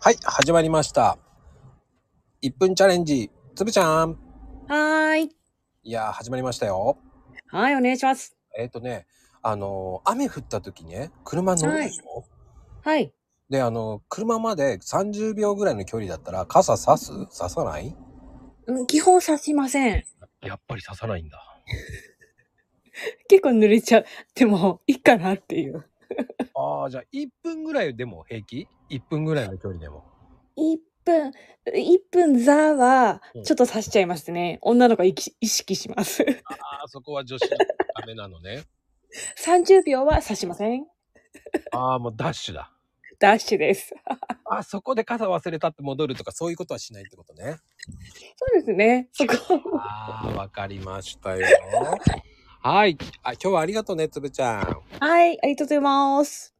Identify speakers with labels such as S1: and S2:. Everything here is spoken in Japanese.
S1: はい、始まりました。1分チャレンジ、つぶちゃん。
S2: はーい。
S1: いやー、始まりましたよ。
S2: はい、お願いします。
S1: えっ、とね、あのー雨降った時ね、車乗るでしょ、
S2: はい。
S1: で、あのー車まで30秒ぐらいの距離だったら、傘差す差さない
S2: うん基本刺しません。
S1: やっぱり差さないんだ。
S2: 結構濡れちゃう。でも、いいかなっていう。
S1: ああ、じゃあ1分ぐらいでも平気 ?1 分ぐらいの距離でも。
S2: 1分、1分ザーは
S1: うん、
S2: ちょっと刺しちゃいますね。女の子は意識意識します。
S1: ああ、そこは女子のためなのね。
S2: 30秒は刺しません。
S1: ああ、もうダッシュだ。
S2: ダッシュです。
S1: あーそこで傘忘れたって戻るとか、そういうことはしないってことね。
S2: そうですね。そ こ。
S1: ああ、わかりましたよ。はい。あ、今日はありがとうね、つぶちゃん。
S2: はい、ありがとうございます。